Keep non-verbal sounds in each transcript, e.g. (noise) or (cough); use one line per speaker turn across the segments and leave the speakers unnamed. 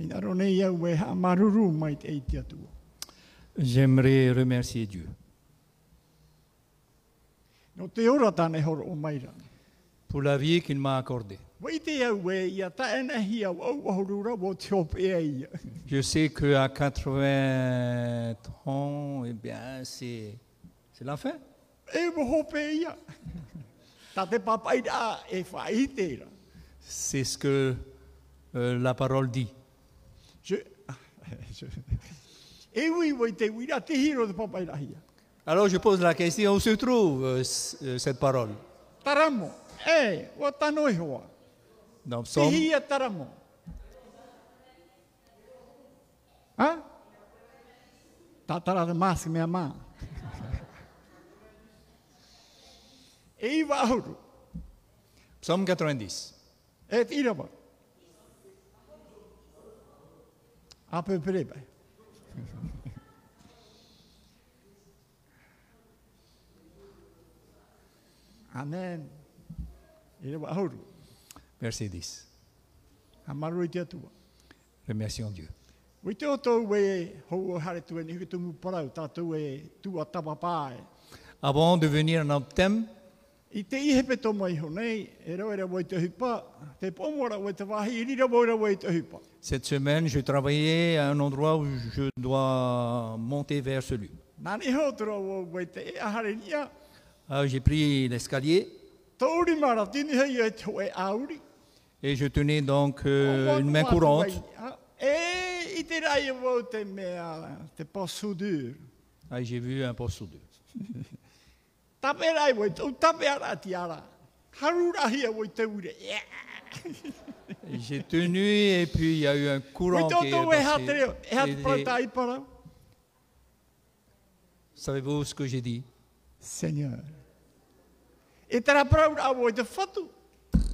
Ina rone ia ue ha maruru e mai te eiti atua.
J'aimerais remercier Dieu
No te ora tāne horo o mai rana.
pour la vie qu'il m'a accordée.
Wei te au e ia ta ena hi au au ahurura wo te op e ia.
Je sais qu'à 80 ans, eh bien, c'est c'est la fin.
E wo hope e ia. Ta te papai da e whai te ra.
C'est ce que euh, la parole dit.
Je... Je... (laughs) E ui wei te wira te hiro te papai da hia.
Alors je pose la question, où se trouve euh, c- euh, cette parole
Taramo. E, o tano e hoa.
Dans
Te
Psaume,
hia taramo. Ha? Ta tara te mask mea (laughs) mā. e iwa ahuru.
Psaume 90.
E te irawa. A pepere bai. (laughs) Amen. Irawa ahuru.
Verset 10.
Amaru i te atua.
Remercions Dieu.
Wei te o tau e hou o hare tue ni hukutumu parau tātou e tua tapa pāe.
Avant de venir à notre thème,
I te ihepe tō mai ho nei, e rau era wei te hupa, te pomora wei te wahi, i rira moira wei te hupa.
cette semaine, je travaillais à un endroit où je dois monter vers celui.
Nani hau tera o wei te e ahare nia,
Alors, Ah, j'ai pris l'escalier
tō uri mara tini hei e te hoe auri.
et je tenais donc euh,
O wanu
une main
atu
courante
wai, ha? E i te rai e wau te mea, te posudur.
Ah, j'ai vu un poste sur deux.
Tape rai wei, tau tape ara ti ara. Harurahi e wei te ure, yeah!
J'ai tenu et puis il y a eu un
Wei
courant
tō
qui est
tō e
passé.
hatere, e
Et-
hatu
et-
parata i parau.
Savez-vous ce que j'ai dit
Senhor. E tera parau rā woi te whatu.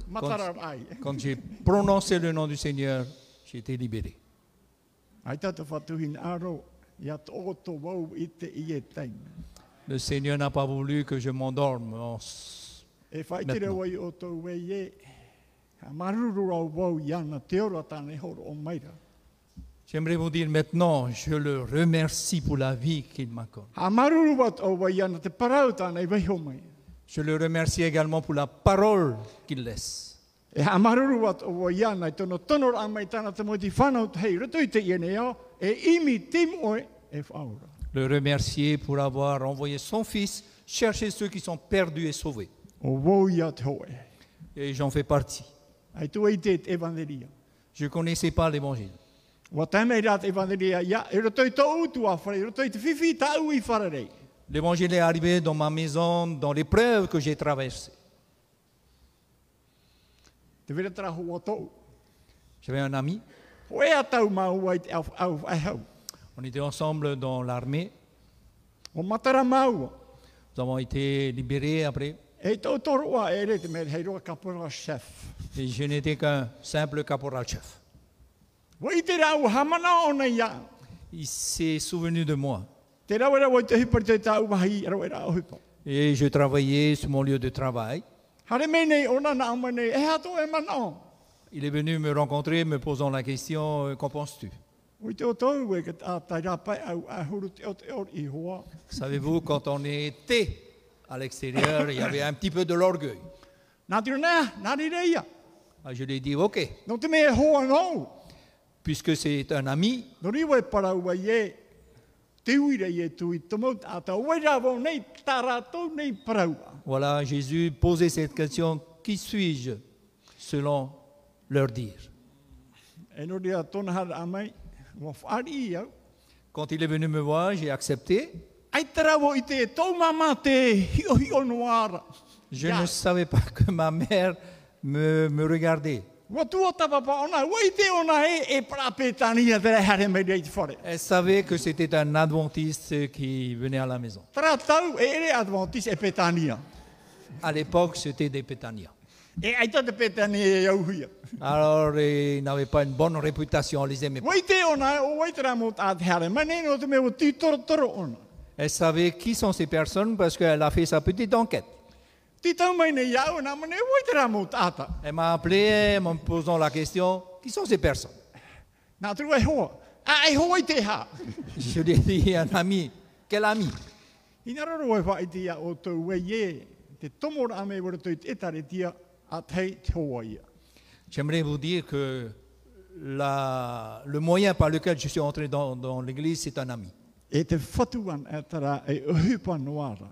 Matara ai.
Quand j'ai prononcé le nom du Seigneur, j'ai été libéré.
Ai tata whatu hin aro. Ia tō tō wau i te i e teina.
Le Seigneur n'a pas voulu que je m'endorme. en s-
E whai tere
Maintenant.
wai o tō wei e. Ha maruru rau wau i ana te ora tāne horo o maira.
J'aimerais vous dire maintenant, je le remercie pour la vie qu'il m'accorde.
Ha maruru wat o wai i ana te parau tāne i ho mai.
Je le remercie également pour la parole qu'il laisse.
E ha maruru wat o wai i ana i tono tono rā mai tāna te moti whanau te hei rato i te iene au. E imi tim oe e whaura.
Le remercier pour avoir envoyé son Fils chercher ceux qui sont perdus et sauvés.
O wau i a te hoe.
Et j'en fais partie.
Ai tu ei te evangelia.
Je ne connaissais pas l'Évangile.
Wa tēnei rā te evangelia, ia, e rotoi tō utu a whare, e rotoi te whiwhi tā ui wharerei.
L'évangile est arrivé dans ma maison, dans l'épreuve que j'ai traversée.
Te wera tera hoa e tō.
J'avais un ami,
Ho ea tau mau ai te au, au ai hau.
on était ensemble dans l'armée,
O matara maua,
nous avons été libérés après,
e tō toroa e re te mea hei roa kapura chef.
et je n'étais qu'un simple caporal-chef.
Wa i te rau hamana o nei ia.
Il s'est souvenu de moi,
Te rau era wai te hipari te tā uwahi, rau era o hipa.
et je travaillais sur mon lieu de travail.
Hare me nei ona na ama nei, e hato e mana o.
Il est venu me rencontrer, me posant la question, euh, qu'en penses-tu
Ui te o tau e ka tā tai rapai au ahuru te o te ori i hoa.
Savez-vous, quand on était à l'extérieur, il y avait un petit peu de l'orgueil.
Nā tiro nea, nā rire ia.
Ah, Je lui ai dit, ok,
No te mea hoa nau.
puisque c'est un ami,
No riwa e paraua i e, te uira i e tui tomau tāta, oi rāwau nei, tā rātou nei paraua.
Voilà, Jésus posait cette question, qui suis-je selon leur dire
E no rea tōna hara amai, wa whaari i au.
Quand il est venu me voir, j'ai accepté.
Ai tarawo i te tau mama te hio hio noara.
Je
Ya.
ne savais pas que ma mère me, me regardait.
Wa tua tapapa ona, wa i te ona e, e parapetania te hare mei rei te whare.
Elle savait que c'était un adventiste qui venait à la maison.
Tara tau e ere adventis e petania.
À l'époque, c'était des Pétaniens.
E ai tate petania e au hia.
Alors, ils n'avaient pas une bonne réputation, on les aimait pas.
Wa i te ona, o wai tera mō tāte hare, ma nei no te mea o tī toro toro ona.
Elle savait qui sont ces personnes parce qu'elle a fait sa petite enquête.
Ti tau mai nei au, nā mane, wai tera mō tāta.
Elle m'a appelé en me posant la question, qui sont ces personnes
Nā te rua e hoa. A e hoa i te ha.
Je lui ai dit un ami, quel ami
I nā raro e wha i te ia o tau wei e. Te tomora ame wara tau i te etare tia a tei te hoa ia.
J'aimerais vous dire que la- le moyen par lequel je suis entré dans, dans l'Église, c'est un ami.
E te whatuan e tara e uhupa noara.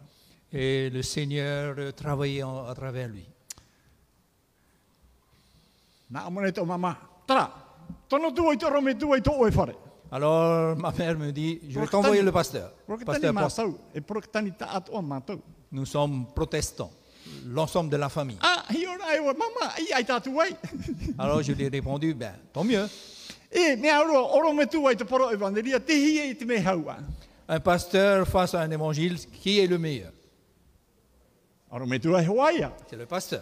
Et le Seigneur euh, travaillait en- à travers lui.
Nā amone tō mama. Tara, tono tua i toro me tua i tō oe whare.
Alors ma mère me dit, je
Pour
vais
que t'as
t'envoyer
dit-
le pasteur.
Porokitani
Pasteur Paul.
mātou. E porokitani tā atoa mātou.
Nous sommes protestants, l'ensemble de la famille.
A, hi ora e wa, mama, i ai (laughs) tātu wei.
Alors je lui ai répondu, ben tant mieux.
E, ne aroa, oro me tua i te poro evangelia, te hi e i te me haua.
Un pasteur face à un évangile, qui est le meilleur
Oro me tua e hoa ia.
C'est le pasteur.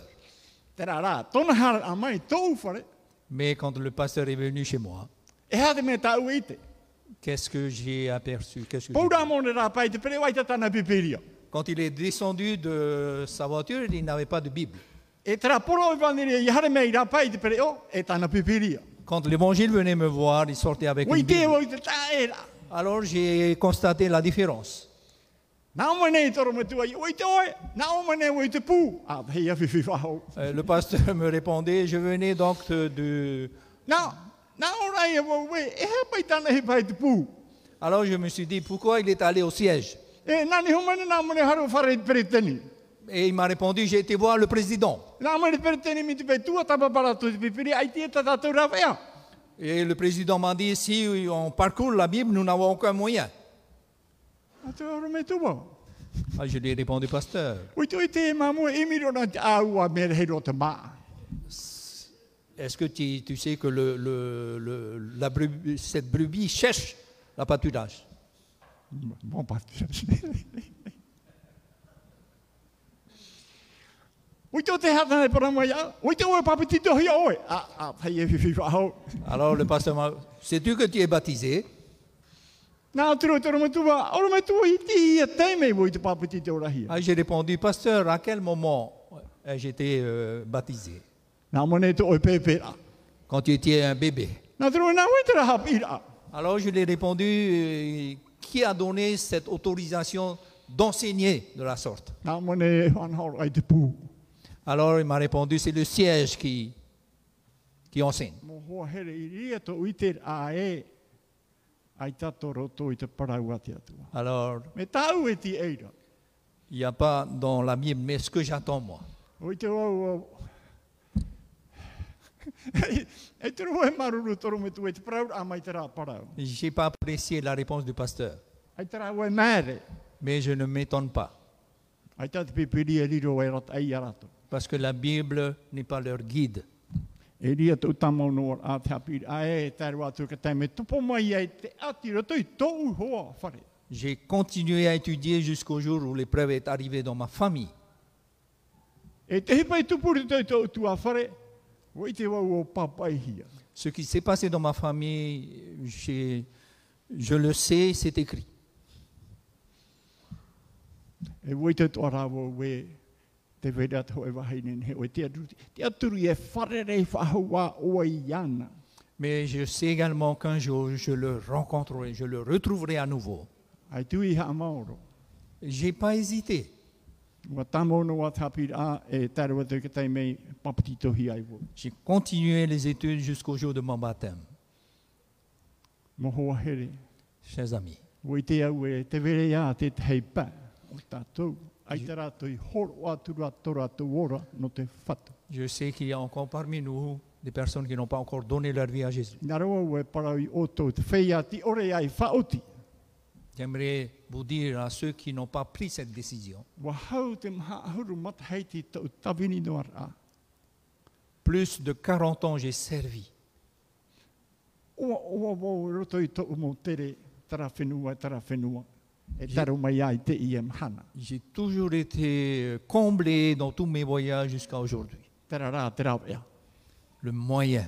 Te rā rā, tōna hara a mai tōu whare,
Mais quand le pasteur est venu chez moi,
e hā te me tāu i te.
qu'est-ce que j'ai aperçu Qu'est-ce que j'ai
Pōra
vu
mōne rā pai te pere wai te tāna pipiria.
Quand il est descendu de sa voiture, il n'avait pas de Bible.
E te rā poro evangelia, i hara me i rā pai te pere o, e tāna pipiria.
Quand l'évangile venait me voir, il sortait avec
Wei
une
te
Bible.
wai te tā e rā.
Alors j'ai constaté la différence.
Nā o mane i toro me tua i, oi te oe, nā o mane oi te pū. A, hei a whiwhi whahau.
Euh, Le pasteur (laughs) me répondait, je venais donc de- de...
Nā, nā o rai e wau wei, e hea pai tāna he pai te pū.
Alors je me suis dit, pourquoi il est allé au siège
E nā ni humane nā mane haro whare te pere teni.
Et il m'a répondu, j'ai été voir le président.
Nā mane te pere teni mi te pei tua tapa para tu te pipiri, ai tia tā tātou rā wea.
Et le président m'a dit, si on parcourt la Bible, nous n'avons aucun moyen.
A te oro me tua.
Ah, je lui ai répondu, pasteur,
Oi te oi te e mamua e miro nā te āua me hei ro te maa.
est-ce que tu, tu sais que le- le- le- la brebis- cette brebis cherche la pâturage
Bon (laughs) pati. Oi te o te hata nei para mai ah? a. Oi te oe papiti tohi oe. A, a, hei e whiwhi whahau.
Alors le pasteur m'a sais-tu que tu es baptisé
Nā tūro te romatua, o romatua i te i a teimei woi te papiti te orahi.
Ah, J'ai répondu, pasteur, à quel moment ai-je été euh, baptisé
Nā mone te oe pēpēra.
Quand tu étais un bébé.
Nā tūro nā wei te raha pira.
Alors je lui ai répondu, euh, qui a donné cette autorisation d'enseigner de la sorte
Nā mone e whanhaoro ai te pū.
Alors il m'a répondu, c'est le siège qui, qui enseigne.
Mō hoa here i ria tō uiter a e. Ai tato roto i te parau ate atua.
Alors,
Me tāu e ti eira.
il n'y a pas dans la Bible, mais ce que j'attends moi.
Oi te wau (laughs) au. E te roe maruru toro me tu e te parau a mai te rā parau.
Je n'ai pas apprécié la réponse du pasteur,
Ai te rā oe mēre.
mais je ne m'étonne pas,
Ai tā te pipiri e riro e rat ai a rato.
parce que la Bible n'est pas leur guide.
E ria tau tamau noa a te hapiri a e tāru atu ka taime tupo mai ai te atira tui tōu hoa whare.
J'ai continué à étudier jusqu'au jour où l'épreuve est arrivée dans ma famille.
E te hipai tupuri tau tau tua whare, o i te wau o papai hia.
Ce qui s'est passé dans ma famille, j'ai- je le sais, c'est écrit.
E wei te toa rāwa we te wera tau e wahi nene he oe te aturu, te aturu e whare rei whahaua o i ana.
Mais je sais également qu'un jour, je le rencontrerai, je le retrouverai à nouveau.
Ai tui ha maoro.
J'ai pas hésité.
Ua tamau noa te hapiri a e tāru atu ka taime papati tohi ai wo.
J'ai continué les études jusqu'au jour de mon baptême,
Moho ahere.
chers amis.
Wei te au e te were ia te teipa o tātou. Ai te rātou i horo aturu atora atu ora no te whatu.
Je sais qu'il y a encore parmi nous des personnes qui n'ont pas encore donné leur vie à Jésus.
Nā roa ue parau i oto te whea ti ore ai whaoti.
J'aimerais vous dire à ceux qui n'ont pas pris cette décision,
Wa hau te maha ahuru mat hei ti tau tawini no ara.
plus de 40 ans j'ai servi.
Oa oa wau roto i tau mō tere tara whenua tara whenua. E taro mai ai te i em hana.
J'ai toujours été comblé dans tous mes voyages jusqu'à aujourd'hui.
Tara rā te rau ea.
Le moyen.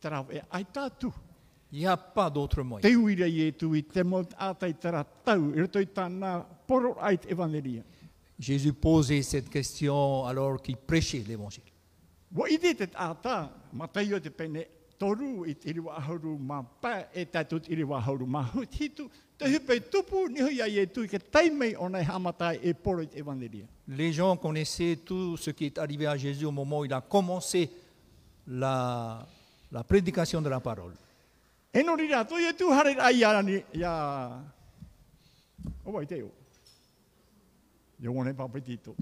Te rau ea ai tātou.
Il n'y a pas d'autre moyen.
Te uira i e tu i te mot ātai tara tau. I roto i tāna poro ai te evangelia.
Jésus posait cette question alors qu'il prêchait l'évangile.
Wa i te te tātā, matai o te pene toru i te iriwa ahuru mā pā, e tātou te iriwa ahuru mā hut hitu, te hupe tupu niho ia i e tui ke taimei o nei hamatai e poro i te evangelia.
Les gens connaissaient tout ce qui est arrivé à Jésus au moment où il a commencé la, la prédication de la parole.
E nori rā, toi e tūhare rā i arani, ia... Owa i teo. Iowane papetito.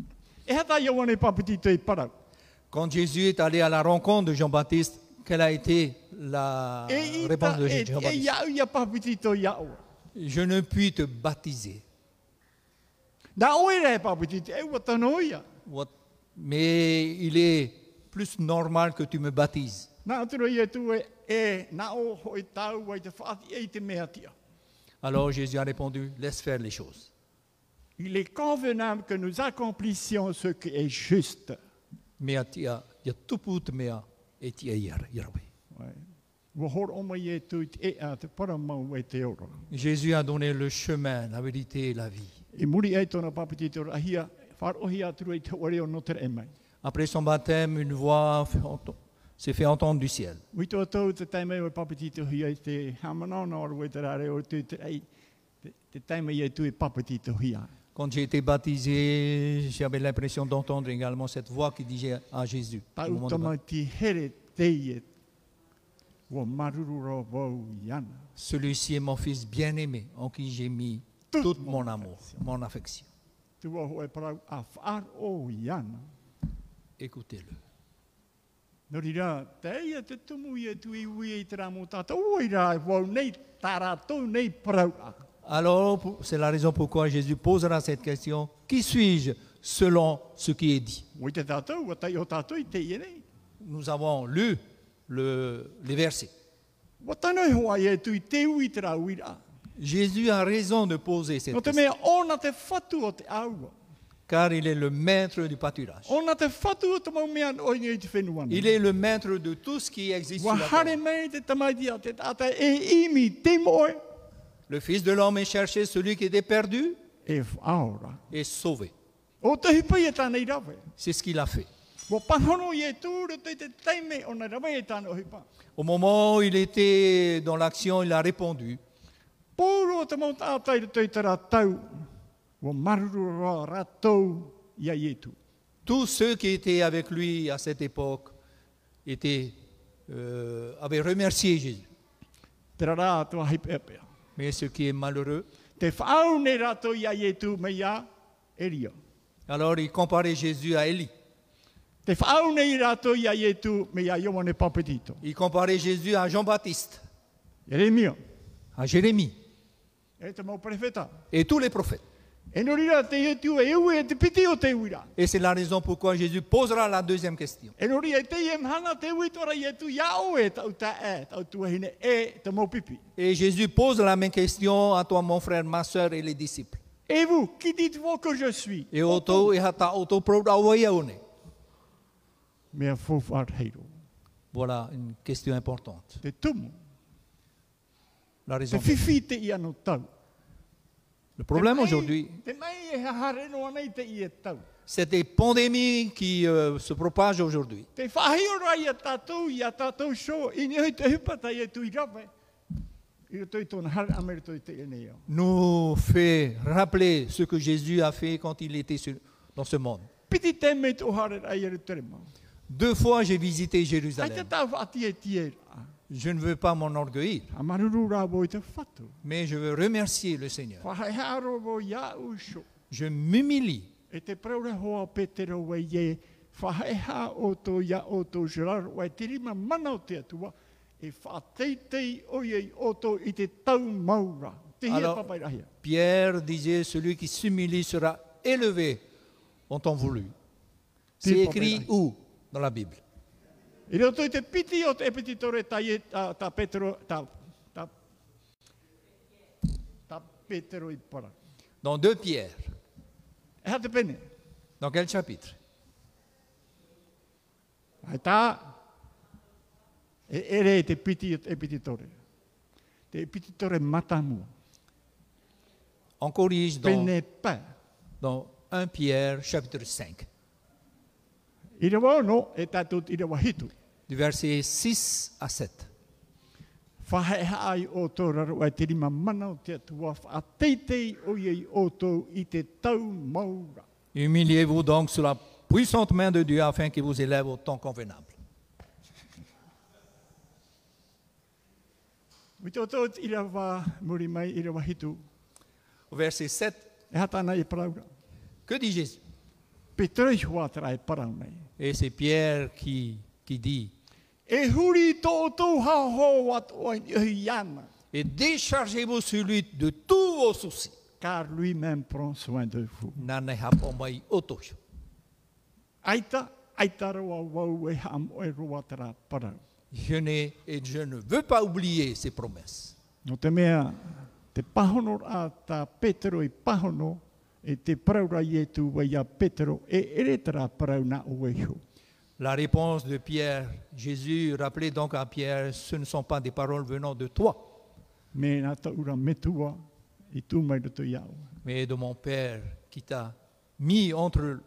E hata e iowane papetito i parau.
Quand Jésus est allé à la rencontre de Jean-Baptiste, quelle a été la
E i
réponse
ta,
de
e, e
Jean-Baptiste
iau ia papetito i aua.
Je ne puis te baptiser,
Nā oera e papetito, e ua tano ia.
What- mais il est plus normal que tu me baptises.
Nā atura ia tu e, e nā o hoi tau ai te whaati e i te mea tia.
Alors Jésus a répondu, laisse faire les choses.
Il est convenable que nous accomplissions ce qui est juste.
Mea tia, ia tuput mea, e tia iar- iarwe.
Ouais. Ua horo oma i e tui te e a te paramau e te ora.
Jésus a donné le chemin, la vérité et la vie.
E muri e tōna papatito ora ahia, wharohi aturu i te oreo no te re e mai.
Après son baptême, une voix fait ento- s'est fait entendre du ciel.
Ui tō tau te taimei o papatito hia i te hamanana ora wei e te rare o tui te rei. Te, te taimei e tui papatito hia.
Quand j'ai été baptisé, j'avais l'impression d'entendre également cette voix qui disait à Jésus. au
Tau
moment de
tama
baptême,
ti here teie ua maruru ro vau iana.
Celui-ci est mon fils bien-aimé, en qui j'ai mis
Toute
tout
mon
mon amour, mon affection.
Tua hoa e parau a wharo iana.
Écoutez-le.
No rira, te ia te tumu ia tu i ui i te ramo tata, oi rā, wau nei taratou nei parau a.
Alors, pour- c'est la raison pourquoi Jésus posera cette question. Qui suis-je selon ce qui est dit
Oi te tātou, wa tai o tātou i te ia nei.
Nous avons lu le- les versets.
Wa tanoi e hoa ia tu i te ui te rau i rā.
Jésus a raison de poser cette
No te
question.
mea, ona te whatu o te aua.
car il est le maître du pâturage.
Ona te whatu o te mau mea oi nei te whenua.
Il est le maître de tout ce qui existe sur
Wa
la
hare
terre.
mei te tamaitia, te tata e imi te moe.
Le Fils de l'homme est cherché, celui qui était perdu
E whaora.
est sauvé.
O te hipai e tānei rawe.
C'est ce qu'il a fait.
Wa pahono i e tūra te te teime o nei rawe e tānei hipai.
Au moment où il était dans l'action, il a répondu.
Pōro te mau tātai te tei te rātau, o maruru rā rātau ia ietu.
Tous ceux qui étaient avec lui à cette époque étaient, euh, avaient remercié Jésus.
Te rā rātou hai pēpea.
Mais ce qui est malheureux,
Te whaau nei rātou ia ietu me ia eria.
alors il comparait Jésus à Élie.
Te whaau nei rātou ia ietu me ia Ioane Papetito.
Il comparait Jésus à Jean-Baptiste,
Eremia,
à Jérémie
e te mau prefeta.
et tous les prophètes.
E nori rā te ietu e iu e te piti o te uira.
Et c'est la raison pourquoi Jésus posera la deuxième question.
E nori e te iem hana te ui tora ietu ia o e tau ta e, tau tuahine e te mau pipi.
Et Jésus pose la même question à toi, mon frère, ma soeur et les disciples.
Et vous, qui dites-vous que je suis?
Et auto, et hata auto proda wayaone.
Mea fofar heiro.
Voilà une question importante.
Te tumu.
La
Te
raison.
whiwhi te ia no tau.
Le problème
Te mai-
aujourd'hui,
Te mai e hahare no anei te ia tau.
c'est des pandémies qui euh, se propagent aujourd'hui.
Te whahi ora ia tātou, ia tātou so, i nehi te hupata ia tui rawe. I roto i tōna hare amere tō i te ia nei au.
Nous fait rappeler ce que Jésus a fait quand il était sur- dans ce monde.
Piti te me tō hare ai e tere mau.
Deux fois, j'ai visité
Ai te
Jérusalem.
tau whati e tie rā.
Je ne veux pas m'enorgueillir,
A maruru rā boi te whatu.
mais je veux remercier le Seigneur.
Whahai haro boi ia usho.
Je m'humilie
E te praura hoa petero wei e whahai ha o tō ia o tō jiraro wai te rima mana o te atua e whateitei o iei o tō i te tau maura. Te hia
Alors-
papairahia.
Pierre disait Celui qui s'humilie sera élevé en temps voulu. C'est
Tipo,
écrit
Pierre.
où dans la Bible
I reo tō i te piti o te epititore ta, ie, ta, ta petero, ta, ta, ta petero i para.
Dans 2 Pierre.
E ha te pene.
Dans quel chapitre
Ai tā, e ere i te piti o te epititore. Te epititore matamua.
On corrige dans,
Pene pā.
dans 1 Pierre, chapitre 5.
I rewa no, e tātou i rewa hitu.
du verset 6 à 7.
Whaheha ai o tō raro ai te rima mana o te atua, a teitei o iei o tō i te tau maura.
Humiliez-vous donc sous la puissante main de Dieu afin qu'il vous élève au temps convenable.
Mi tō tō i rawa muri mai i rawa hitu,
Au verset 7,
e hatana i paraura.
que dit Jésus
Petrei huatara e paraunei.
Et c'est Pierre qui, qui dit,
E huri tō tō hao at o i oi ana,
et déchargez-vous sur lui de tous vos soucis.
car lui-même prend soin de vous.
Nane hapomai otojo.
Aita, aita roa wau e ham o e ruatara parau.
Je n'ai et je ne veux pas oublier ses promesses.
No te mea, te pahono a tā Petero i pahono, e te paraura i e tū wei a Petero, e eretara parau nā o eho.
La réponse de Pierre, Jésus rappelait donc à Pierre, ce ne sont pas des paroles venant de toi,
Me nā taura metua, i tū mai rato iau.
mais de mon Père qui t'a mis entre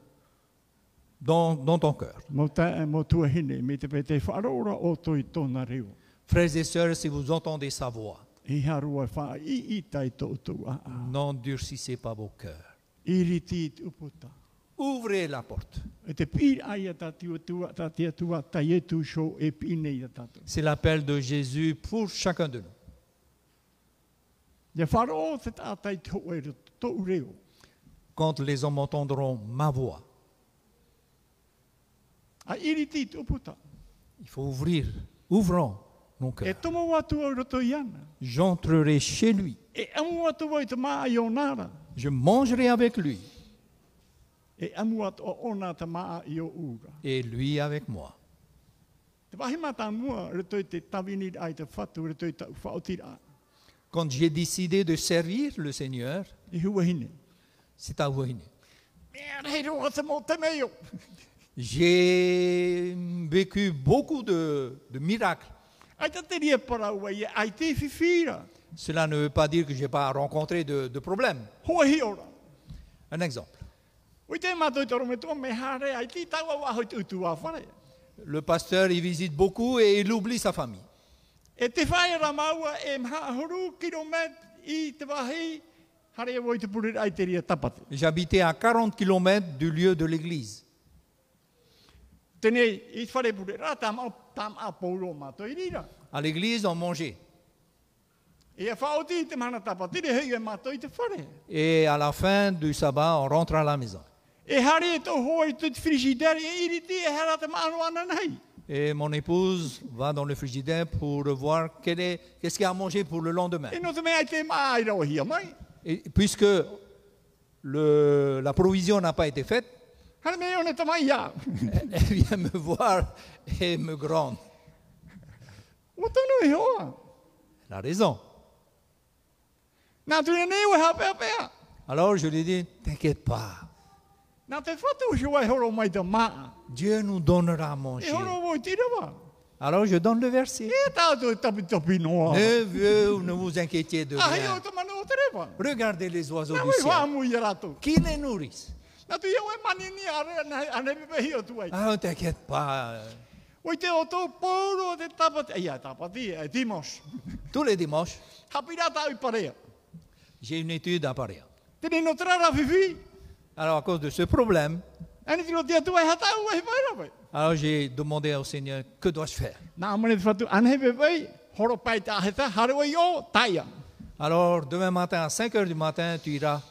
dans, dans ton cœur.
Mō tā e mō tuahine, me te pete whaarora o tō i tōna reo.
Frères et sœurs, si vous entendez sa voix,
I harua e wha i i tai tō tū a a.
n'endurcissez pas vos cœurs.
I riti i uputa.
Ouvrez la porte.
E te pīr ai a tātia tua, tātia tua, tai e tū shō e pīnei a tātou.
C'est l'appel de Jésus pour chacun de nous.
Ia wharo te tātai tō e rato, tō reo.
Quand les hommes entendront ma voix,
A iriti i uputa.
il faut ouvrir, ouvrons nos cœurs.
E tomo atu au roto i ana.
J'entrerai chez lui,
E amu atu au te maa i o nara.
je mangerai avec lui
E amu atu o ona te maa i o ura.
et lui avec moi.
Te wahimata mua roto i te tawini ai te whatu, roto i te whaotira.
Quand j'ai décidé de servir le Seigneur,
I hua hine.
c'est à vous. René.
Mea rei roa te mō te meo.
J'ai vécu beaucoup de, de miracles.
Ai te tiri e paraua i e ai te whiwhira.
Cela ne veut pas dire que je n'ai pas rencontré de, de problèmes.
Hoa hi ora.
Un exemple.
Ui te mātou i toro me tō me hare ai ti taua waho i tūtu a whare.
Le pasteur, il visite beaucoup et il oublie sa famille.
E te whae ramaua e mha huru kilomet i te wahi. Hare e woi te purir ai te ria tapate.
J'habitais à 40 km du lieu de l'église.
Tenei, i whare pure rā, tam au, tam a pōro mātou i rira.
À l'église, on mangeait.
E a whaoti i te mana tapatire, hei e mātou i te whare.
Et à la fin du sabbat, on rentre à la maison.
E hare e tō hoi tut frigideri, e iriti e hara te mano ana nei.
Et mon épouse va dans le frigidaire pour voir quel est- qu'est-ce qu'il y a à manger pour le lendemain.
E no te mea i te maa i rau hia mai.
Et puisque le- la provision n'a pas été faite, (laughs)
Hare mea one te mai ia.
elle elle vient me voir et me gronde.
O tono e hoa.
Elle a raison.
Nā tūne nei o hapea pea.
Alors je lui dis, t'inquiète pas,
Nā te whatu si wai horo mai te maa.
Dieu nous donnera à
E
manger.
horo woi tirawa.
Alors je donne le verset.
E tātou tapi tapi noa.
Ne, vieux, ne vous inquiétez de
Ahi o
rien.
te mano o te rewa.
Regardez les oiseaux
Nā
du
wei wā
ciel.
mui i rātou.
Qui les nourrissent
Nā tu iau e manini are ane- ane pepe hi o tu ai.
Ah, ne t'inquiète pas.
Oi te o tō pōro te tapati, ia tapati, e timos.
Tous les dimanches,
Hapira tau i parea.
j'ai une étude à Paris.
Tēnei no trara whiwhi,
Alors à cause de ce problème,
ane tino e tia tu ai hatau ai whaera wei.
alors j'ai demandé au Seigneur, que dois-je faire
Nā amane te whatu, ane pepe, horo pai tā heta, harewai o, taia.
Alors demain matin à 5 heures du matin, tu iras.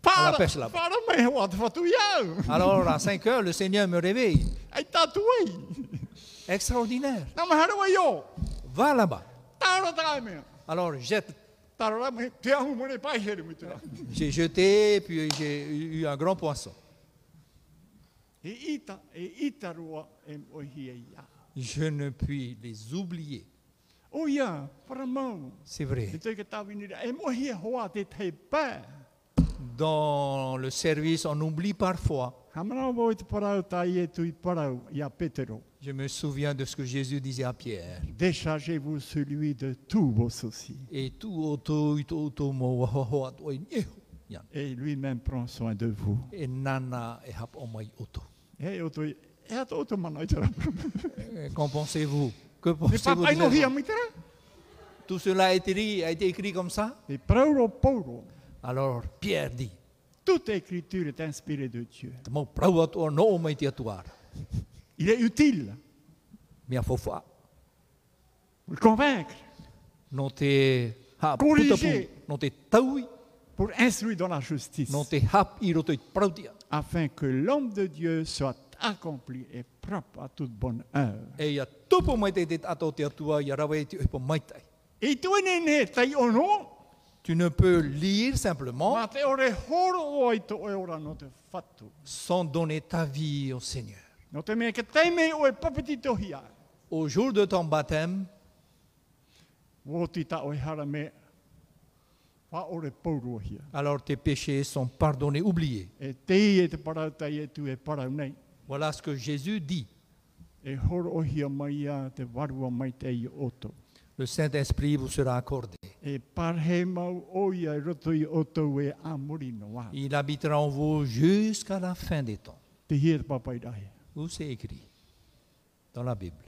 Pāra,
Ala pes laba.
pāra mai hoa te whatu iau.
Alors à 5 heures, le Seigneur me réveille.
Ai tātu ai.
Extraordinaire.
Nā ma harewai o,
Va là-bas.
tāra tā mea.
Alors jette.
Tāra rā mea, te ahu mone pai here mi tēnā.
J'ai jeté, puis j'ai eu un grand poisson.
E ita, e ita rua e ohi e ia.
Je ne puis les oublier.
O ia, para mau.
C'est
E
vrai.
tei ke tāwinira, e mohi e hoa te tei pē.
Dans le service, on oublie parfois.
Hamana o i te parau tā i e tui parau i a Petero.
Je me souviens de ce que Jésus disait à Pierre.
Déchargez-vous celui de tous vos soucis.
Et tout auto, tout auto, mo, wa, wa, wa, wa, nye, yan.
E Et lui-même prend soin de vous.
Et nana, et hap, omai, auto.
Hei o tui, E ata o te mana i te rapa.
Euh, Qu'en pensez-vous Que
Ne
pensez-vous
E papai
de
no
raisons
hia mi te rā.
Tout cela a été, ri- a été écrit comme ça
Et Paulo, Paulo,
Alors Pierre dit
toute écriture est inspirée de Dieu.
"Te mau prau atu o noo mai te atuara.
Il est utile
Mea fofa.
pour convaincre,
No te hap
Corrigé.
putapu, no te taui,
pour instruire dans la justice,
no te hap i roto i te prautia.
afin que l'homme de Dieu soit accompli et propre à toute bonne œuvre.
E ia tupu mai te te ato te atua, ia rawa e te uipo maitai.
I toi nene, tai ono,
Tu ne peux lire simplement
ma te ore horo oi to e ora no te whatu.
sans donner ta vie au Seigneur.
No te mea ke teime o e papiti tohia.
Au jour de ton baptême,
Wō tita o e hara me, wha ore pauro hia.
alors tes péchés sont pardonnés, oubliés.
E te e te parautai e tu e parau nei.
Voilà ce que Jésus dit.
E horo o hia mai a te warua mai te i oto.
Le Saint-Esprit vous sera accordé.
E parhe mau o ia roto i oto e amori noa.
Il habitera en vous jusqu'à la fin des temps.
Te hia te papai dahi.
Où c'est écrit Dans la Bible.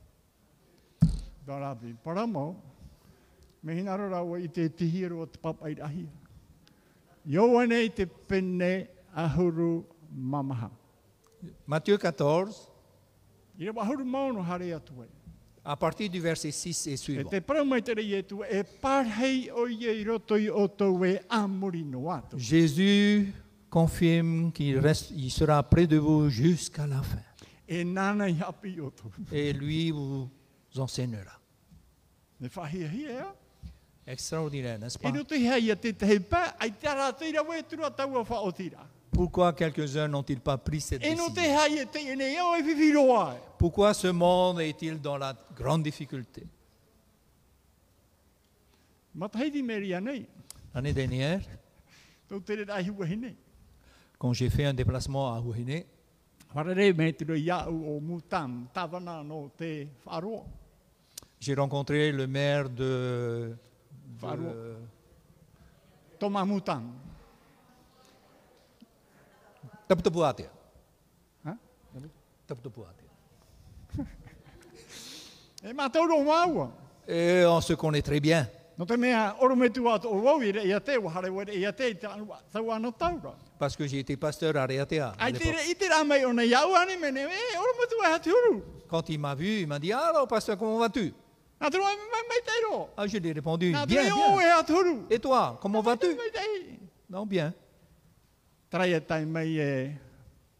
Darabi, paramo, me hinaro rawa i te tihiro o te papai dahi. Ioane i te pene ahuru mamaha.
Matthieu 14,
I rewa ahuru maono hare atu e.
à partir du verset 6 et
E
suivant.
te paramai tere i etu e parhei o i e i roto i o tau e amori no atu.
Jésus confirme qu'il reste, il sera près de vous jusqu'à la fin.
E nana i hapi i oto.
Et lui vous enseignera.
Ne whahia e hi ea.
Extraordinaire, n'est-ce pas
E no te hei a te tehe pā, ai te ara tira we tura tau a wha o tira.
Pourquoi quelques-uns n'ont-ils pas pris cette
E no
décision
te hei e te ene e o e whiwhiroa e.
Pourquoi ce monde est-il dans la grande difficulté
Mataheidi meri anei.
L'année dernière,
Tau tere rahi wahinei.
quand j'ai fait un déplacement à Huahine,
Wharere me te roi iau o mutam, tawana no te wharoa.
j'ai rencontré le maire de, de-
Faro. Toma mutam.
Taputapuatea.
Ha?
Taputapuatea.
E mātauro māua.
Et on se connaît très bien.
No te mea oro me tu ato o wau i rea te, wahare wera i te i te anua, tau ano taura.
Parce que j'ai été pasteur à Reatea. à
Ai te
l'époque.
re, i te ramai o nei iau ane me ne, e oro me tu a hati uru.
Quand il mm'a vu, il m'a dit Alors, pasteur, comment vas-tu
Nā te roi mai mai te ro.
ah, Je lui ai répondu
Nā te
Bien,
re o
bien.
e hati uru.
Et toi, comment vas-tu
Mai tei.
Non, bien.
Tarai e tai mai e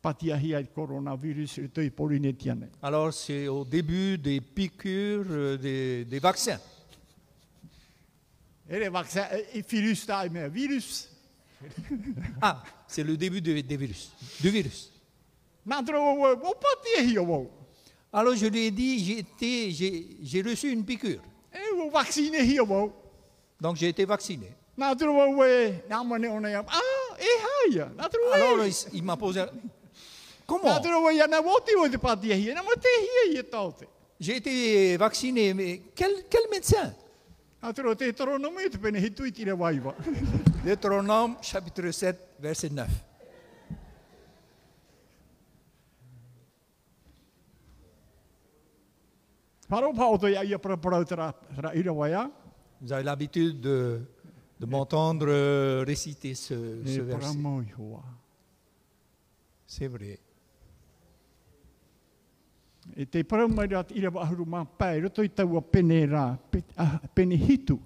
patiahi ai coronavirus i tui porinetiane.
Alors, c'est au début des piqûres euh, des, des vaccins.
Ere vaccin, i virus tai me virus.
Ah, c'est le début de- des virus. Du virus.
Nā te roi o, o patiahi o wau.
Alors, je lui ai dit J'ai été- J'ai j'ai reçu une piqûre.
E o vaccine hi o wau.
Donc, j'ai été vacciné.
Nā tūra wau e, nā mane o nei am, ah, e haia, nā tūra wau
Alors,
e.
il, s- il m'a posé un- Comment
Nā tūra wau e ana woti o te pātia hia, nā mā te hia i e tau te.
J'ai été vacciné, mais quel, quel médecin
Nā tūra wau te toro no mei te pene he tui tira waiwa.
Deutéronome chapitre 7, verset 9.
Paro pā o toi aia paraparau tera, tera ira wai a.
Vous avez l'habitude de, de m'entendre euh, réciter ce,
E
ce verset.
paramau i hoa.
C'est vrai.
E te paramau rat ira wa ahuru mā pai, roto i taua pene rā, pe, ah, pene hitu,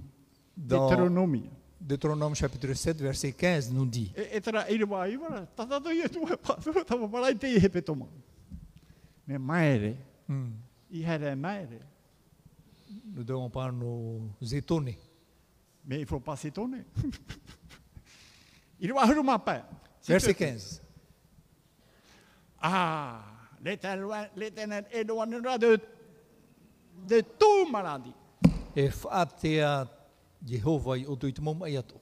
te
Dans
tero nomi.
Deutéronome chapitre 7, verset 15 nous dit
E, e tera ira wai wara, tatato i e tua pātua, tawa parai te i he petoma. Me maere,
Hmm,
i here maere.
Nous ne devons pas nous étonner.
Mais il faut pas (laughs) s'étonner. il va vraiment pas. C'est
Verset
tout.
15.
Ah, l'éternel l'éternel éloignera de, de toute maladie.
E whaatea Jehovah i oto i te mouma i ato.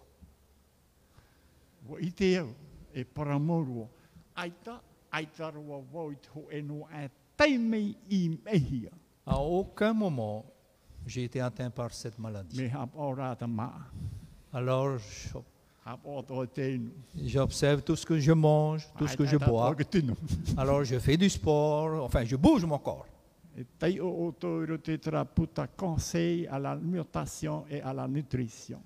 Wa iteo e paramoro. Aita, e aita roa voit ho eno a teime i mehia.
À aucun moment, j'ai été atteint par cette maladie.
Me hap ora ta ma.
Alors, je-
a po to e tēnu.
J'observe tout ce que je mange, tout ce que je bois.
(laughs) Ai tino.
Alors je fais du sport, enfin je bouge mon corps.
E tei o o tōru te teraputa conseil à l'alimentation et à e la nutrition.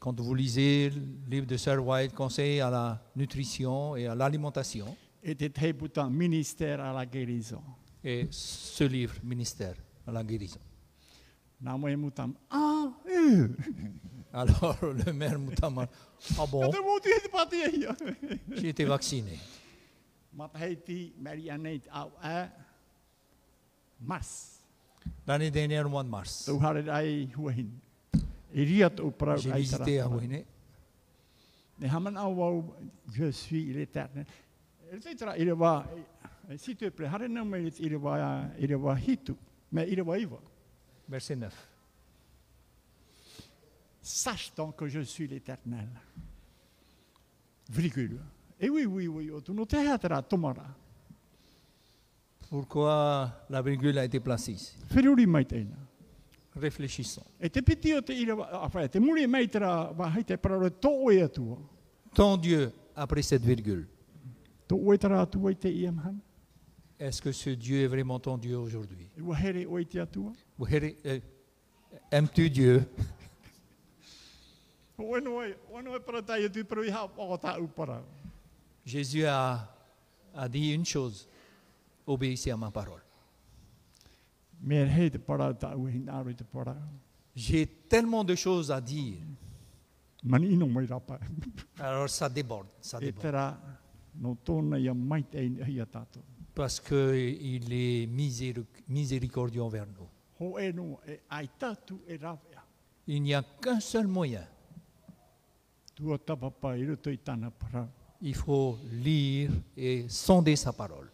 Quand vous lisez le livre de Sir White, conseil à la nutrition et à l'alimentation,
E te te puta ministère à la guérison.
et ce livre, Ministère à la guérison. (laughs)
Nā moe mutam, ah, e,
Alors le maire Moutama, ah bon,
te mōti he te pāti e ia.
j'ai été vacciné.
Mataheti, Mary Annette, au a, mas,
L'année dernière, au mois de mars,
tau hare ai huahin. E ria tō parau
j'ai
ai
visité à
tarapara.
Wene.
Ne haman au au, je suis l'éternel. Etc. Il va, s'il te plaît, hare nā mai, il va, il va hitu, me il va iwa.
verset 9.
Sache donc que je suis l'éternel. Virgule. Et oui, oui, oui, tu nous théâtre, tomara.
Pourquoi la virgule a été placée ici
Feruri maitena.
Réfléchissons.
E te piti o te ira, enfin, te muri maitera, va hai te pararo tō oe atua.
Ton Dieu, après cette virgule,
Tō oe tara atua i te ia mahana.
est-ce que ce Dieu est vraiment ton Dieu aujourd'hui
E ua here oe te atua.
Vous verrez, euh, Aimes-tu Dieu
Oe no oe, oe no oe para tai atu, pero i hao o tā upara.
Jésus a, a dit une chose obéissez à ma parole.
Mer hei te parau tā ue hin aru i e te parau.
J'ai tellement de choses à dire.
Mani ino mai rapa.
Alors ça déborde, ça
E
déborde.
tera, no tōna ia maitena hia tātou.
Parce qu'il est miséric- miséricordieux envers nous.
Ho e no, e ai tātou e rawea.
Il n'y a qu'un seul moyen.
Tua tapapa i roto i tāna parau.
Il faut lire et sonder sa parole.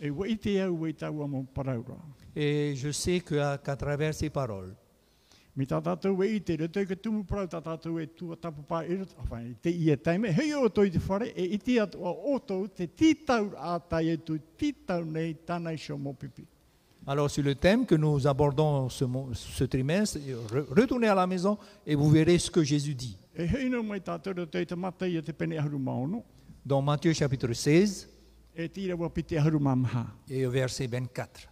E wei te au wei tāua mō paraura.
Et je sais que, à- qu'à travers ces paroles,
Mi tā tātou wei i te roto i ka tumu parau, tā tātou e tua tapapa i roto. Awha, i te ia taime, hei o tō i te whare, e iti atu a oto te titau ātai e tu titau nei tāna i shomo pipi.
alors sur le thème que nous abordons ce, mo- ce trimestre, re- retournez à la maison et vous verrez ce que Jésus dit.
E hei no mai tātou roto i te mata i te pene haru maono,
Dans Matthieu chapitre 16
e tira wā pite haru mamaha.
et au verset 24.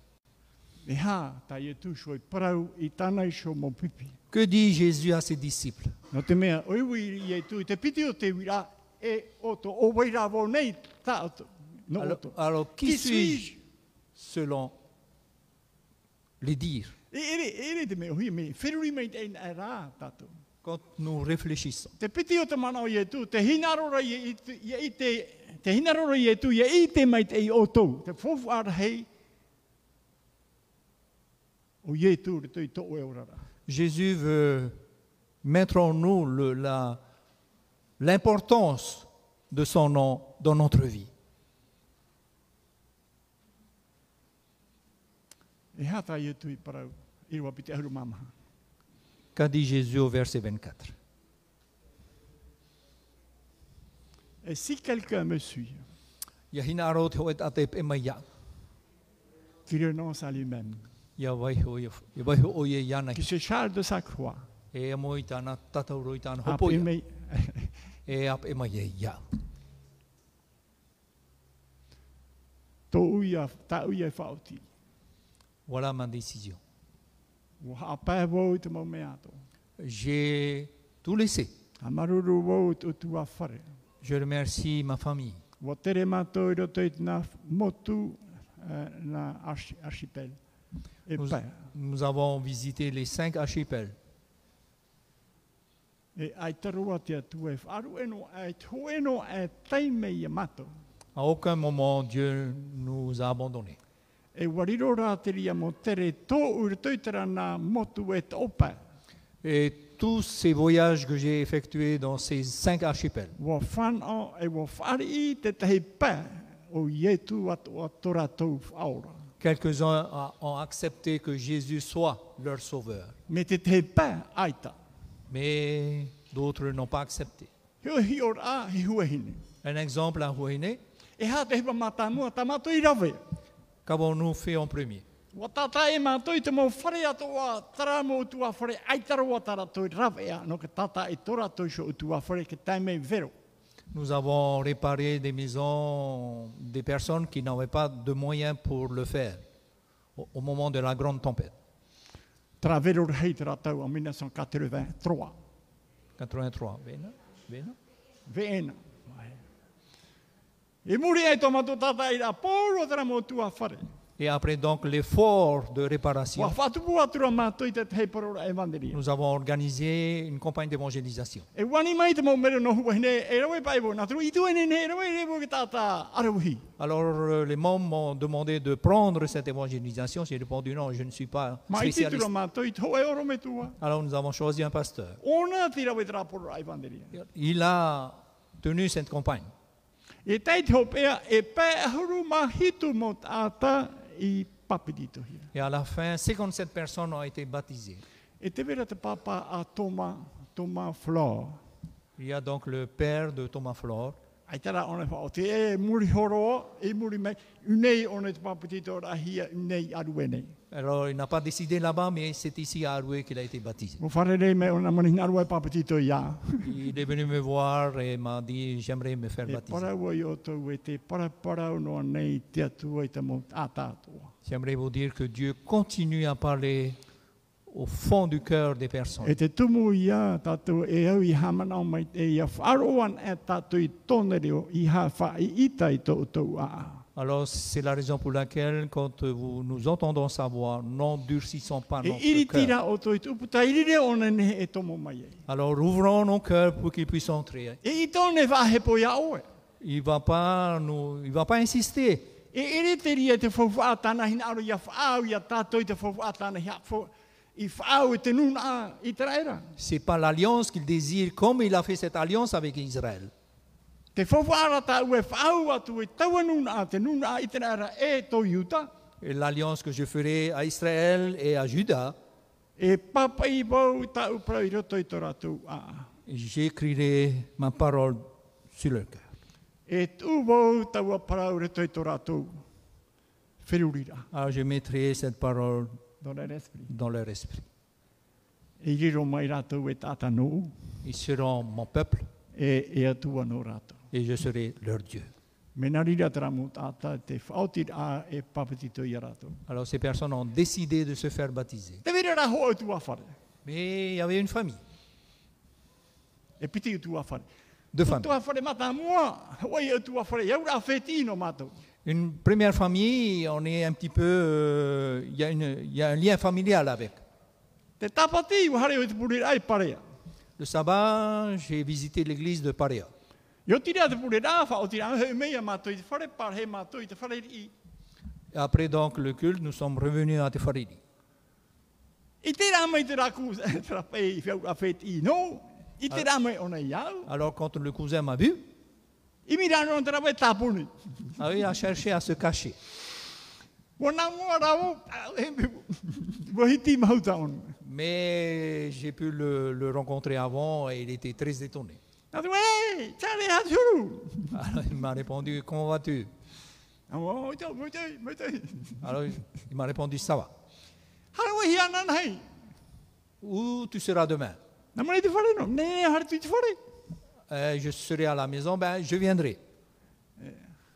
E hā, tā i e tu shoi parau i tāna i shomo pipi.
Que dit Jésus à ses disciples
No te mea, oi wiri e tu, i te piti o te wira, e oto, o waira wau nei, tā oto. No
alors,
oto.
alors, qui, suis-je selon les dires
E ere, ere te mea, hui me, whiruri mei te ina rā, tātou.
Quand nous réfléchissons,
Te piti o te mana o ietu, te hinarora i, i, i, i te, te hinarora i ietu, i i te mai te i otou. Te fofu ara hei, o ietu re tui tō e orara.
Jésus veut mettre en nous le- la- l'importance de son nom dans notre vie.
E hata ietu i parau, i rua piti ahuru mamaha.
Qu'a dit Jésus au verset 24
Et si quelqu'un me suit,
Yahina arot hoet atep emaya,
qui renonce à lui-même,
yawai hoye- yawai hoye yana,
qui se charge de sa croix,
e amoitana tatauroitana
Après, (laughs)
hopoya,
mais-
e ap emayeya.
tō uia, tā uia e whaoti.
Voilà ma décision.
O hāpai wau i te mau mea tō.
J'ai tout laissé.
A maruru wau i tō tua whare.
Je remercie ma famille.
O tere mātou i roto i tēnā motu eh, nā archi- archipel. E
Nous,
pai,
nous avons visité les cinq archipels.
e ai tarua te atua e wharu eno ai tō eno e taime i a mātou.
À aucun moment Dieu nous a abandonnés.
E wariro rā te ria mō tere tō urtoitara nā motu e tō pai.
Et tous ces voyages que j'ai effectués dans ces cinq archipels,
Wa whanau e wa whari i te tahi pai o ietu atu a tora tau whaora.
quelques-uns a- ont accepté que Jésus soit leur sauveur,
Me te te pā aita.
mais d'autres n'ont pas accepté.
Hio hi ora a hi huehine.
Un exemple à Huayné,
E hā te hipa mātā mua, tā mātou i rawe.
qu'avons-nous fait en premier
Wa tata e mātou i te mō whare atoa, tara mō tua whare, aitaro wa tara toi rawe a, no ke tata e tora toi so tua whare ke taimei vero.
Nous avons réparé des maisons des personnes qui n'avaient pas de moyens pour le faire au, au moment de la grande tempête,
Tara vero rei tara tau a 1983.
83. Vena, vena.
Veena. E muri ai tō mātou tata i rā pōro tara mō tua whare.
Et après donc l'effort de
Wa
réparation,
whatupu atura mātou i te hei parora e wanderia.
nous avons organisé une campagne d'évangélisation.
E wani mai te mō mero nohu wahine, e rawe pai wō nā turu, i tuene ne, e rawe rewo ki tātā arawhi.
Alors euh, les membres m'ont demandé de prendre cette évangélisation. J'ai répondu non, je ne suis pas
Ma i
spécialiste.
tituro mātou i tō e oro me tua.
Alors nous avons choisi un pasteur.
Ona tira we tera pora ai wanderia.
Il a tenu cette campagne.
E tei te hopea e pē ahuru mahitu mō tātā i papidito hia.
Et à la fin, 57 personnes ont été baptisées.
E te vera te papa a toma, toma flor.
Il y a donc le père de Thomas Flore.
Ai tera ona wha o te e muri horo, e muri mai, unei ona te papidito ra hia, unei aruene.
Alors il n'a pas décidé là-bas, mais c'est ici à Arouet qu'il a été baptisé.
Mo wharerei me ona manin arua e papidito ia.
Il est venu me voir et m'a dit j'aimerais me faire
E
baptiser.
parau ai o tau e te paraparau noa nei te atua i te mō tātātua.
J'aimerais vous dire que Dieu continue à parler au fond du cœur des personnes.
E te tumu ia tātou e au i hamanau mai te ia wharoan e tātou i tōne reo i hā wha i ita i tō tau a.
Alors c'est la raison pour laquelle quand vous nous entendons sa voix, n'endurcissons pas
E
notre
iri
cœur.
tira o tō i tūputa i rire o nene e tomo mai e.
Alors ouvrons nos cœurs pour qu'il puisse entrer.
E i tōne wāhepo ia oe.
Il va pas nous, il va pas insister.
E iri tiri e te whawha tāna hina aro ia whaau ia tātou i te whawha tāna hia whau. I whaau i te nun a i te raera.
C'est pas l'alliance qu'il désire, comme il a fait cette alliance avec Israël.
Te whawha ara tāu e whaau atu i taua nun a te nun a i te raera e tō iuta.
Et l'alliance que je ferai à Israël et à Juda,
E papa i bau tāu prau i roto i tō rātou a.
j'écrirai ma parole sur leur cœur.
E tū wau taua parau re toi tō rātou. Whirurira.
Alors je mettrai cette parole
Dōna respiri.
dans leur esprit.
E riro mai rātou e tāta nō.
Ils seront mon peuple
E, e atua nō rātou.
et je serai leur Dieu.
Mena rira tera mō tāta te whaotir a e papatito i a rātou.
Alors ces personnes ont décidé de se faire baptiser.
Te vira rā hoa utu awhare.
Mais il y avait une famille,
E piti utu awhare.
deux
Utu
familles.
awhare mata mua. Wai utu awhare. Iau rā wheti no mātou.
Une première famille, on est un petit peu, euh, il y, a une- il y a un lien familial avec.
Te tapati i wahare o te purira ai parea.
Le sabbat, j'ai visité l'église de Paria.
Yo tira te purira whaotira. Hei mea mātou i te whare pare. Hei mātou i te whare i.
Et Après donc le culte, nous sommes revenus à Tefaridi.
I te rā mai te rā kūs, (laughs) te rā pē i whiau rā whet i nō, i te rā mai ona i au,
Alors quand le cousin m'a vu,
i mi rā nō te rā pē tāpuni.
ah oui, il a cherché à se cacher.
Wā nā mua rā wō, au he (laughs) mbibu. Wā hiti mauta on.
Mais j'ai pu le, le rencontrer avant et il était très étonné. (laughs)
Nā tu, e, tāre hā tūru.
Alors il m'a répondu, comment vas-tu
Nā wā, oi tau, oi tau, oi tau. (laughs)
Alors il m'a répondu, ça va.
Hara wā hi anan hei.
Où tu seras demain
Nā mani te whare no, nē, hara tu te whare.
Euh, je serai à la maison, ben, je viendrai.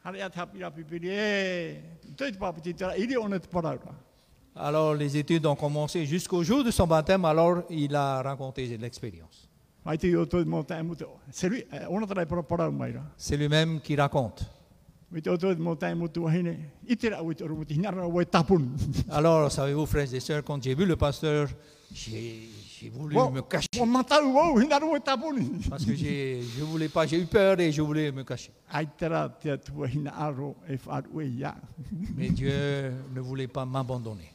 Hara ia tāpi rā pipiri, e, tui te pāpiti te rā, iri ona te paraura.
Alors les études ont commencé jusqu'au jour de son baptême, alors il a raconté l'expérience.
Mai te i o tō mō tāi mūteo. Serui, e, ona te rā i paraparau mai rā.
C'est lui-même qui raconte.
Me te otoe mō tae motu wahine, i te rau i te orumuti, hinara o e tapun.
Alors, savez-vous, frères et sœurs, quand j'ai vu le pasteur, j'ai j'ai voulu
Wow.
me cacher.
O matau au, hinara o e tapun.
Parce que j'ai- je voulais pas, j'ai eu peur et je voulais me cacher.
Ai tera te atua hina aro e wharu e ia.
Mais Dieu ne voulait pas m'abandonner.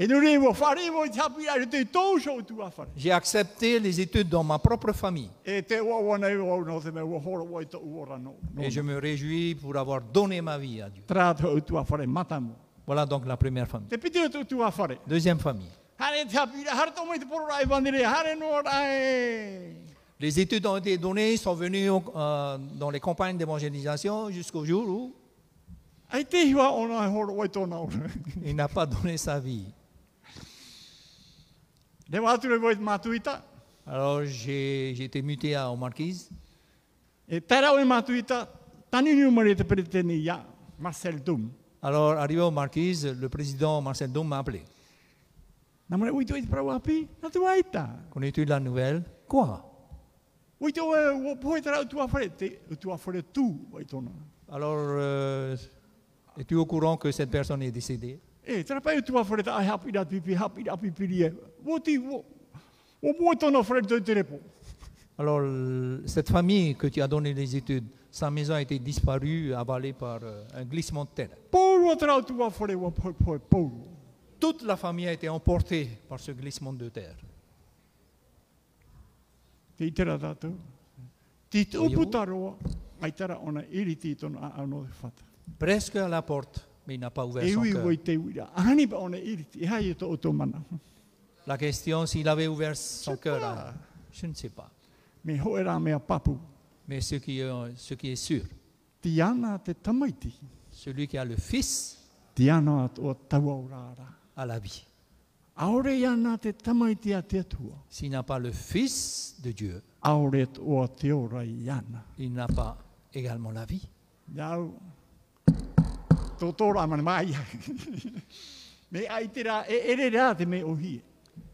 E nuri wo whare wo i tapira i te tōsho o tu awhare.
J'ai accepté les études dans ma propre famille.
E te ua ua nei o no te me ua hora o i tō uora no.
Et je me réjouis pour avoir donné ma vie à Dieu.
Tera te o tu awhare matamu.
Voilà donc la première famille.
Te piti o tō tu awhare.
Deuxième famille.
Hare te apira, hare tō mai te porora i bandere, hare no rai.
Les études ont été données, sont venues euh, dans les campagnes d'évangélisation jusqu'au jour où
Ai te hiwa ona e horo wai tōna ora.
Il n'a pas donné sa vie.
Rewa atu rei wai mātuita.
Alors j'ai j'ai été muté à aux marquises.
E tērau e mātuita, tani ni umare te pereteni ia, Marcel Dum.
Alors arrivé aux marquises, le président Marcel Dom m'a appelé.
Nā mare, ui tō i te parau api, nā tu aita.
Connais-tu la nouvelle Quoi
Ui tō e o poe tērau tu awhare, te tu awhare tū wai tōna.
Alors euh, es-tu au courant que cette personne est décédée
E, tērā pai tu awhare ta ai hapi rā pipi, hapi rā pipiri e. Wō ti, wō, wō poe tōna awhare tō i te repo.
Alors l- cette famille que tu as donné les études, sa maison a été disparue, avalée par euh, un glissement de terre.
Pōrua tērau tu awhare wā poe poe pōrua.
Toute la famille a été emportée par ce glissement de terre.
Te i tērā tātou. Ti te
Oi, o.
upu taroa, ai tērā ona iri tī tōna a anō te whata.
Presque à la porte, mais il n'a pas ouvert
E
son
ui
cœur.
wai te uira. Ahani pa ona iri tī, e hai e tō o tō mana.
La question, s'il avait ouvert
Je
son
sais
cœur,
pas.
à- je ne sais pas.
Me hoe rā mea papu.
Mais ce qui, est, ce qui est sûr,
Ti ana te tamaiti.
celui qui a le Fils
Ti ana at o taua o rāra.
a la vie.
Aore ana te tamaiti a te atua.
S'il n'a pas le Fils de Dieu,
Aore o te ora i ana.
il n'a pas également la vie.
Iau. Tō tō rā mana mai. (laughs) me ai te rā, e ere rā te me ohi.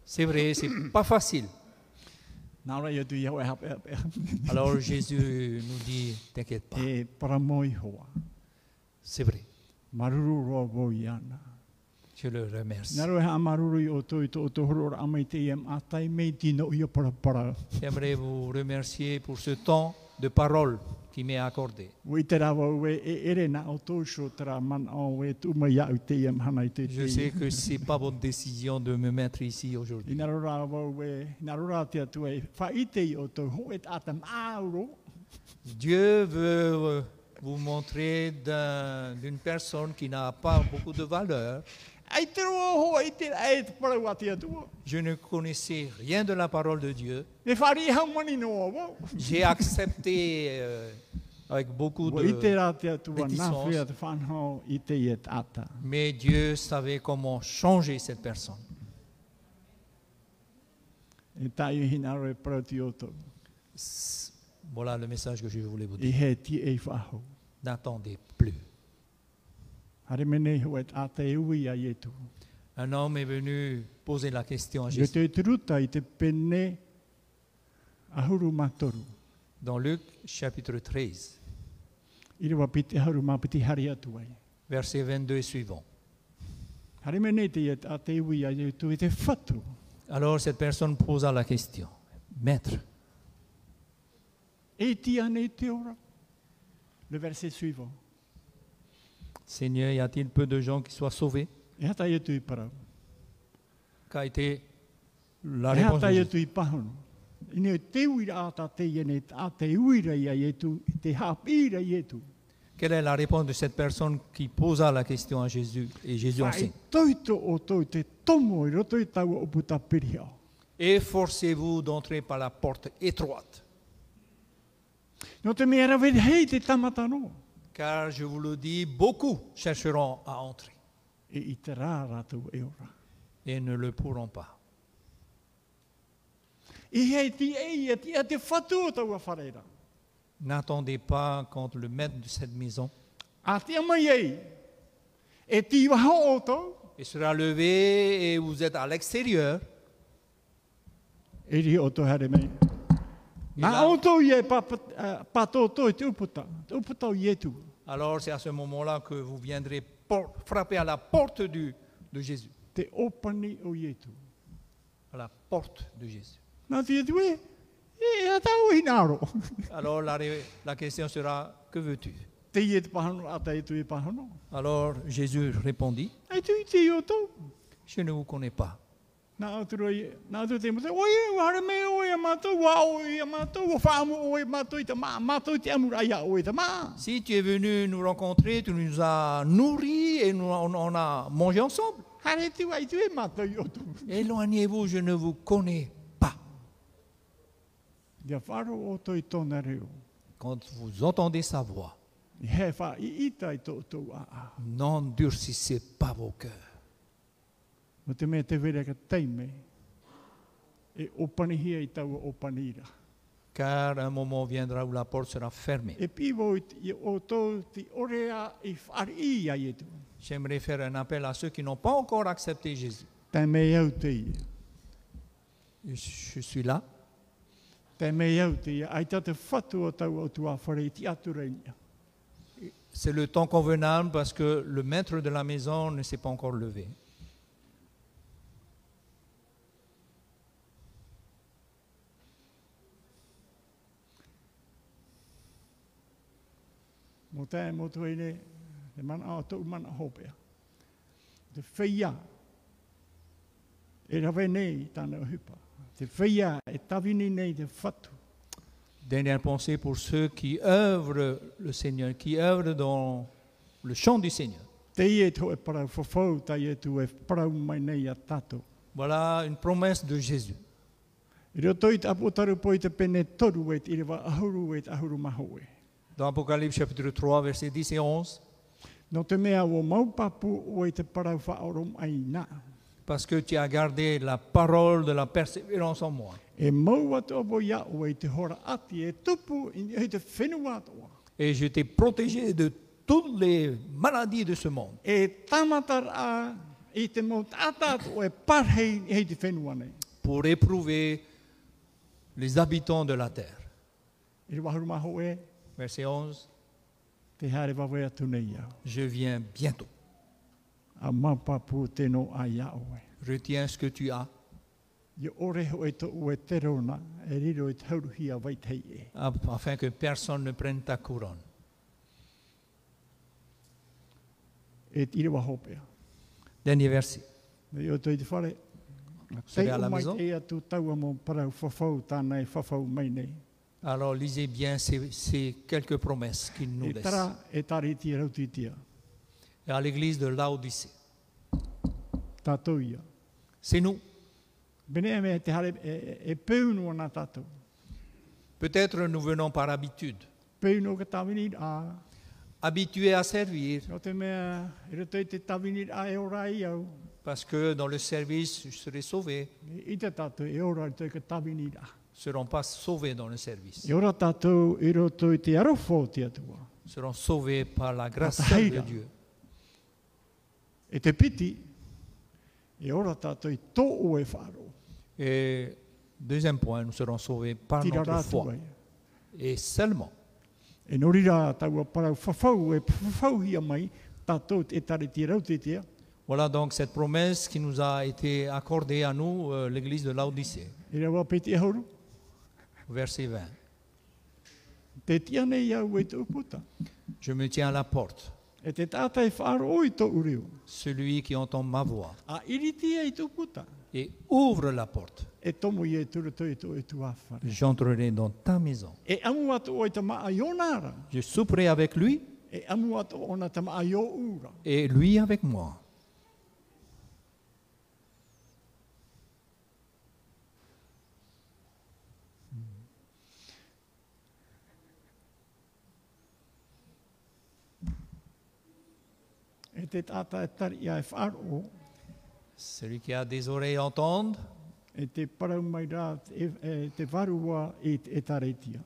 C'est vrai, c'est pas facile.
Nā ora i atu i hau e hapa e hapa.
Alors Jésus nous dit, t'inquiète pas,
E paramoi hoa.
c'est vrai.
Maruru roa wau i ana.
Je le remercie.
Nā roe ha maruru i o tō i tō tō horo ora amai te iam atai mei tino i o parapara.
J'aimerais vous remercier pour ce temps de parole qui m'est accordé.
Wei te rawa ue e ere nā o tō sho te rā man o e tu mai au te iam hana i te te.
Je sais que c'est pas votre décision de me mettre ici
I
aujourd'hui.
nā rora wau e, nā rora te atu e whaite i o tō ho e tātam āuro.
Dieu veut euh, vous montrer d'un- d'une personne qui n'a pas beaucoup de valeur.
Ai te roa ho i te ai te parau a te atu.
Je ne connaissais rien de la parole de Dieu.
Ne whari hau mani no o wau.
J'ai accepté euh, avec beaucoup
Wei te
de...
rā te atu a nā
reticence.
whia te whanhau i te i e tāta.
Mais Dieu savait comment changer cette personne.
E tai i nā rora e parau ti o tō.
S- Voilà le message que je voulais vous
I
dire.
he ti e whahau.
N'attendez plus.
Hare mene ho e tāta e ui a i e tū.
Un homme est venu poser la question à
Yo
Jésus.
te truta i te pene ahuru matoru.
Dans Luc chapitre 13,
I rewa pite ahuru mapiti hari atu ai.
verset 22 et suivant.
Hari mene te iet a te ui ai tu i te whatu.
Alors cette personne posa la question. Maître,
E ti ane te ora. Le verset suivant.
Seigneur, y a-t-il peu de gens qui soient sauvés
E hata i tu i parau.
Qu'a été
e
la réponse de
hata i
Jésus
tu i pahono. Ine o te uira a ta te iene a te uira i ai e tu, i te hapira i e tu.
Quelle est la réponse de cette personne qui posa la question à Jésus Et Jésus
Ai
enseigne.
toito o toi te tomo i roto i tau o puta pirihao.
Efforcez-vous d'entrer par la porte étroite,
No te mea veri hei te tamata noa.
car je vous le dis, beaucoup chercheront à entrer
E i te rā rātou e ora.
et ne le pourront pas.
I hei ti ei, e ti a te whatu o tau a whareira.
N'attendez pas quand le maître de cette maison
A te amai ei, e ti waho o tau,
Il sera levé et vous êtes à l'extérieur.
e ri o tau haere mei. Nā
la-
o tau i e pato tau i te uputa, te uputa o i e tu.
Alors c'est à ce moment-là que vous viendrez por- frapper à la porte du- de Jésus.
Te opani o i e tu.
À la porte de Jésus.
Nā ti e tu e, e a tau i nāro.
Alors la, ré- la question sera, que veux-tu
(laughs) Te i e te pahano, a te e tu e pahano.
Alors Jésus répondit,
Ai tu i te i o tau.
je ne vous connais pas.
Nā atura i, nā atura te mute, oi e wahare mei o e a mātou, wā o e a mātou, o whāmu o e mātou i te mā, mātou i te amuraia o e te mā.
Si tu es venu nous rencontrer, tu nous as nourris et nous, on, on a mangé ensemble.
Hare tu ai tu e mātou i o tau.
Éloignez-vous, je ne vous connais pas.
Ia wharo o toi tōna reo.
Quand vous entendez sa voix,
Ni he wha i ita i tōtou a a.
N'endurcissez pas vos cœurs.
Mo te mea te wera ka teime, e opanihia i taua opanira.
Car un moment viendra où la porte sera fermée.
E pivo i t- i o tō ti orea i whari ia i e tu.
J'aimerais faire un appel à ceux qui n'ont pas encore accepté Jésus.
Te mea au te ia.
Je suis là.
Te mea au te ia. Ai tā te whatu o taua o tua whare i ti aturengia.
C'est le temps convenable parce que le maître de la maison ne s'est pas encore levé.
Mō tā mō tu e ne, te mana o tōu mana hōpea. Te whia, e rawe nei tāna o hupa. Te whia, e tawini nei te whatu.
Dernière pensée pour ceux qui œuvrent le Seigneur, qui œuvrent dans le champ du Seigneur.
Te ie tō e parau whawhau, ta ie tō e parau mai nei a tātou.
Voilà une promesse de Jésus.
I reo tōi te apotaru poi te pene toru e te irewa ahuru e te ahuru maho e.
Dans Apocalypse chapitre 3, versets 10 et 11.
No te mea o maupapu o e te parau whaorom ai nā.
Parce que tu as gardé la parole de la persévérance en moi.
E maua te obo ia o e te hora ati e tupu i e te whenua toa.
Et je t'ai protégé de toutes les maladies de ce monde.
E tamatar a i te motatat o e parhei i hei te whenua nei.
pour éprouver les habitants de la terre.
I rewa ahuru maho e
Verset 11,
te haere wawe atu nei au.
je viens bientôt.
A maupapu tēnō a ia o e.
Retiens ce que tu as,
I ore ho e to o e te rona e riro i te hauruhia waitei e.
af- afin que personne ne prenne ta couronne.
E te irewa hopea.
Dernier verset.
Nei o tei te whare,
Serez
Tei
à
o
la
mai
maison.
te ea tū taua mō parau whawhau tāna e whawhau mai nei.
Alors lisez bien ces, ces quelques promesses qu'il nous
E
laisse.
tara e tariti e rautitia,
Et à l'église de Laodicée.
tātou ia.
C'est nous.
Bene e mea te hare e, e, e pēunu ana tātou.
Peut-être nous venons par habitude,
Pēunu ka tawini a,
habitués à servir,
no te mea e roto i te tawini a e ora i au.
parce que dans le service, je serai sauvé.
E I te tātou e ora i te ka tawini a.
Seront pas sauvés dans le service.
E ora tātou i roto i te arofo tia tua.
Seront sauvés par la grâce
Ataheira.
de Dieu.
E te piti, e ora tātou i tō o e whāro.
Et deuxième point, nous serons sauvés par
Tira
notre foi.
rātua e.
Et seulement.
E nori rā taua parau whawhau e whawhauhia mai tātou e tare te rau te tia.
Voilà donc cette promesse qui nous a été accordée à nous, euh, l'église de Laodicée,
E rawa pe te hauru,
verset 20.
te tia nei au e tō puta.
Je me tiens à la porte.
E te tātai whaaro i tō ureo.
Celui qui entend ma voix
A iriti e tō puta.
et ouvre la porte,
E tomu i e turuto i tō e tu awhare.
j'entrerai dans ta maison.
E amu atu o i te maa ionara.
Je souperai avec lui
E amu atu o na te maa io ura.
et lui avec moi.
E te tātai tari ia e whaaro.
Celui qui a des oreilles à entendre,
E te parau mai rā e, e te varua i te- e tare tia.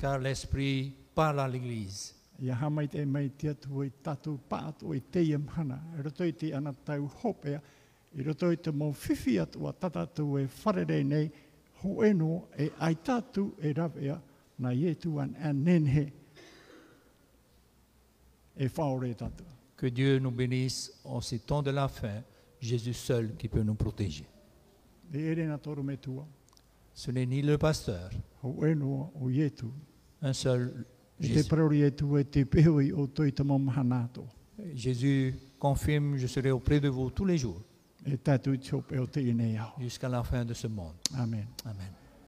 car l'Esprit parle à l'église.
Ia hamai te mai te atu i tatu pātu i te ia mana. E roto i te ana tau hopea. I roto i te mau whiwhi atu a tatatu e wharere nei. Ho eno e ai tatu e rawea na i e tuan anenhe. E whaore tatu.
Que Dieu nous bénisse en ces temps de la fin, Jésus seul qui peut nous protéger.
E ere na toro me tua.
Ce n'est ni le pasteur,
Ho eno o i e tu.
un seul
I te
Jésus.
parori e tu e te peho i o toi te mau mahanato.
Jésus confirme, je serai auprès de vous tous les jours
E tatu i te hope o te inei au.
jusqu'à la fin de ce monde.
Amen.
Amen.